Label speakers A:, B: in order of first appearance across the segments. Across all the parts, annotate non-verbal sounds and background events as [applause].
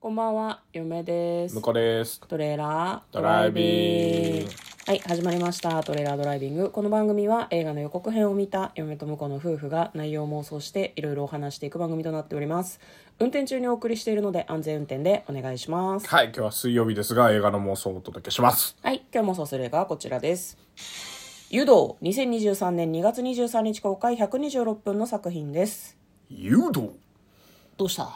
A: こんばんは、嫁です
B: 向。こうです。
A: トレーラード
B: ドライビング
A: はい、始まりました。トレーラードライビング。この番組は映画の予告編を見た嫁と婿の夫婦が内容を妄想していろいろお話していく番組となっております。運転中にお送りしているので安全運転でお願いします。
B: はい、今日は水曜日ですが、映画の妄想をお届けします。
A: はい、今日もそうする映画はこちらです。湯道、2023年2月23日公開126分の作品です。
B: 誘導
A: どう
B: [laughs]
A: した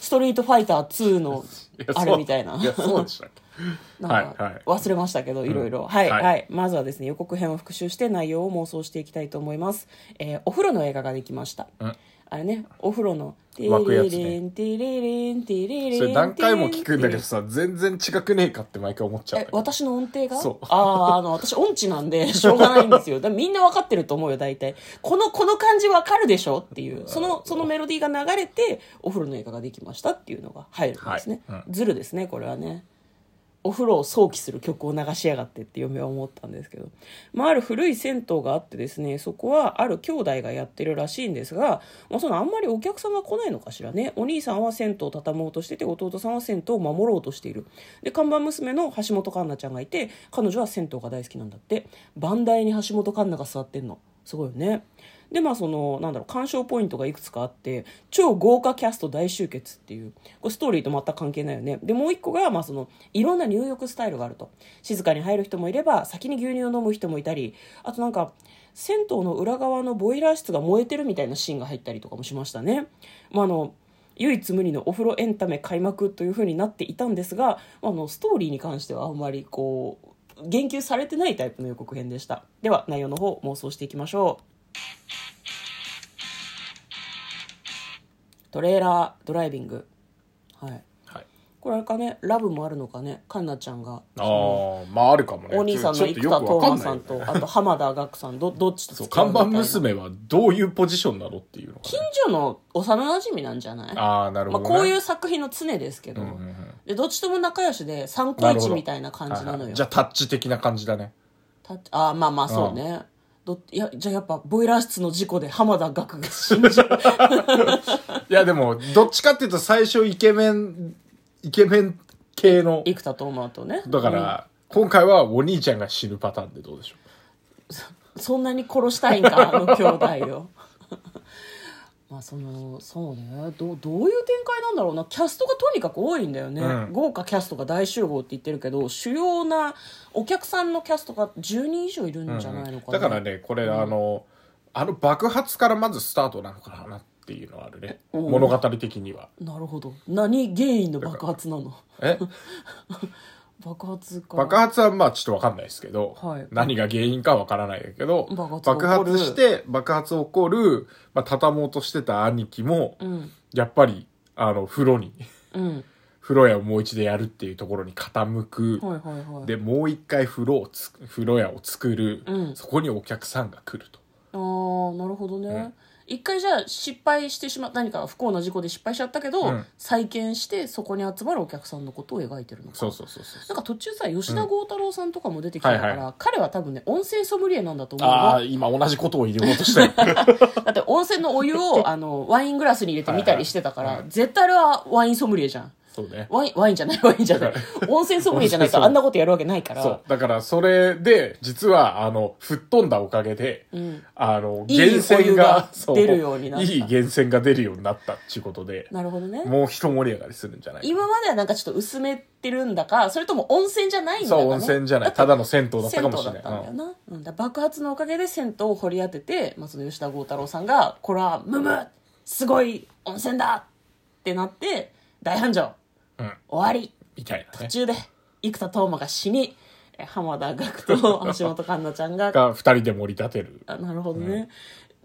A: ストリートファイター2の [laughs] あれみたいな。
B: いや、そうでしたっ
A: [laughs]
B: け。は
A: ないん、
B: は
A: か
B: い。
A: 忘れましたけど、いろいろ。はい、は、
B: はいい
A: まずはですね、予告編を復習して内容を妄想していきたいと思います。えーお風呂の映画ができました。
B: ん
A: あれね、お風呂の、テ
B: 湧くやつね
A: リリン、ティリリン、ティリリン。
B: それ何回も聞くん
A: ティリリ
B: だけ
A: ン
B: ど。さ、全然違くねえかって毎回思っちゃうん
A: え
B: だけど。
A: 私の音程が
B: そう
A: ああ、あの、私音痴なんで、 [laughs] しょうがないんですよ。だからみんなわかってると思うよ、大体。この、この感じわかるでしょっていう。その、そのメロディーが流れて、お風呂の映画ができましたっていうのが入るんですね。
B: はい
A: ズルですね、これはね。お風呂を想起する曲を流しやがってって嫁は思ったんですけど、まあ、ある古い銭湯があってですねそこはある兄弟がやってるらしいんですが、まあ、そのあんまりお客さんが来ないのかしらねお兄さんは銭湯を畳もうとしてて弟さんは銭湯を守ろうとしているで看板娘の橋本環奈ちゃんがいて彼女は銭湯が大好きなんだって番台に橋本環奈が座ってんのすごいよねでまあそのなんだろう鑑賞ポイントがいくつかあって超豪華キャスト大集結っていうこれストーリーと全く関係ないよねでもう一個がまあそのいろんな入浴スタイルがあると静かに入る人もいれば先に牛乳を飲む人もいたりあとなんか銭湯の裏側のボイラー室が燃えてるみたいなシーンが入ったりとかもしましたね、まあ、あの唯一無二のお風呂エンタメ開幕という風になっていたんですがあのストーリーに関してはあんまりこう言及されてないタイプの予告編でしたでは内容の方妄想していきましょうトレーラードライビングはい
B: はい。
A: これあれかねラブもあるのかねカンナちゃんが
B: あー、まああるかもね。
A: お兄さん
B: ち
A: の
B: ょっと
A: 生
B: よ
A: 田
B: く
A: 斗
B: わ
A: 真
B: かんない
A: さ
B: よ
A: ん
B: ね
A: とあと浜田岳さんどどっちと
B: そう、
A: 付き合う
B: 看
A: みたい
B: 板
A: な
B: 娘はどういうポジションなのっていうの
A: 近
B: が。
A: 所の幼馴染みなんじゃない
B: あー、なる
A: まあ、
B: ほど。。
A: こういうう作品の常ですけど、
B: うんうんうん
A: でどっちとも仲良しで三個一みたいな感じなの
B: はいは
A: よ
B: いじゃあ、タッチ的な感じだね。 [laughs]
A: たあーまあまあそうね、どいやじゃあやっぱボイラー室の事故で浜田岳が死んじゃう
B: いや、でも、どっちかっていうと、最初イケメン、イケメン系の。
A: 生田斗真とね
B: だから、今回はお兄ちゃんが死ぬパターンでどうでしょ
A: そんなに殺したいんかあの兄弟を [laughs] まあそのそうねどうどういう展開なんだろうなキャストがとにかく多いんだよね、
B: うん
A: 豪華キャストが大集合って言ってるけど主要なお客さんのキャストが10人以上いるんじゃないうの。かな、
B: だからね、これ、あの、あの爆発からまずスタートなのかなっていうのはあるね。
A: おう
B: 物語的には。
A: なるほど何原因の爆発なの
B: え
A: 爆発か
B: 爆発はまあちょっとわかんないですけど、
A: はい
B: 何が原因かわからないけど、
A: 爆発が起こ
B: 爆
A: る
B: 発して、爆発起こる、まあ畳もうとしてた兄貴も、
A: うん
B: やっぱり、あの、風呂に、 [laughs]
A: うん
B: 風呂屋をもう一度やるっていうところに傾く。
A: はいはいはい
B: で、もう一回風呂をつ、風呂屋を作る。
A: うん
B: そこにお客さんが来ると。
A: ああなるほどね、
B: うん
A: 一回じゃあ失敗してしま何か不幸な事故で失敗しちゃったけど、
B: うん
A: 再建してそこに集まるお客さんのことを描いてるのか
B: そうそうそうそう
A: なんか途中さ吉田剛太郎さんとかも出てきたから、
B: はいは
A: 彼は多分ね温泉ソムリエなんだと思う
B: ああ、
A: の
B: 今同じことを入れよう
A: [laughs]
B: としてる。
A: だって温泉のお湯をあのワイングラスに入れて見たりしてたから、
B: はいは
A: 絶対あれはワインソムリエじゃん
B: そうね。
A: ワインワインじゃないワインじゃ
B: [laughs]
A: ない温泉ソムリエじゃないとあんなことやるわけないから
B: そう。だから、それで、実は、あの、吹っ飛んだおかげで、
A: うん
B: あの、
A: いい
B: 源泉
A: お湯が
B: が、 [laughs] そ
A: 出るようになった
B: いい源泉が出るようになったっていうことで、
A: なるほどね
B: もう一盛り上がりするんじゃない
A: 今まではなんかちょっと薄めてるんだかそれとも温泉じゃないんだか、
B: そ
A: ね、
B: う、温泉じゃない。
A: だ
B: た
A: って
B: だの銭湯だった
A: 銭
B: か
A: 湯
B: もし
A: だ
B: れ
A: っ
B: ない。
A: たんだよ
B: うん
A: な、うんだから爆発のおかげで銭湯を掘り当てて、まあ、その吉田剛太郎さんが「これはむむすごい温泉だ!」ってなって大繁盛
B: うん。
A: 終わり
B: みたいなね
A: 途。中で生田斗真が死にえ浜田岳と橋本環奈ちゃんが
B: が、二人で盛り立てる。
A: あなるほどね、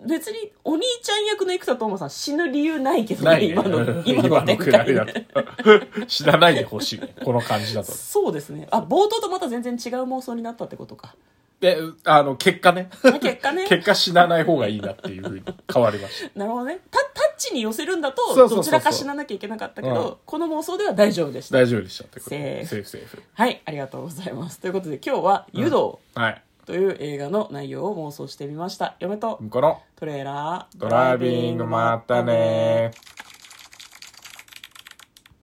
A: 別にお兄ちゃん役の生田斗真さん死ぬ理由ないけどね
B: ないね。
A: 今
B: [laughs]
A: の今の展
B: くらい
A: 開
B: だ
A: ね
B: と。知らないでほしい。この感じだと。
A: そうですねあ冒頭とまた全然違う妄想になったってことか
B: で、あの、結果ね。
A: 結果ね
B: [laughs] 結果死なない方がいいなっていうふうに変わりました。
A: なるほどねタタッチに寄せるんだ
B: そう
A: と
B: そうそうそう
A: どちらか死ななきゃいけなかったけ
B: うん
A: どこの妄想では大丈夫でした
B: 大丈夫でしたってこと
A: セーフ
B: セーフセーフ
A: はいありがとうございますということで今日は「湯道
B: はい」
A: という映画の内容を妄想してみました嫁と
B: 向こうの
A: トレーラー
B: ドライビングまったねー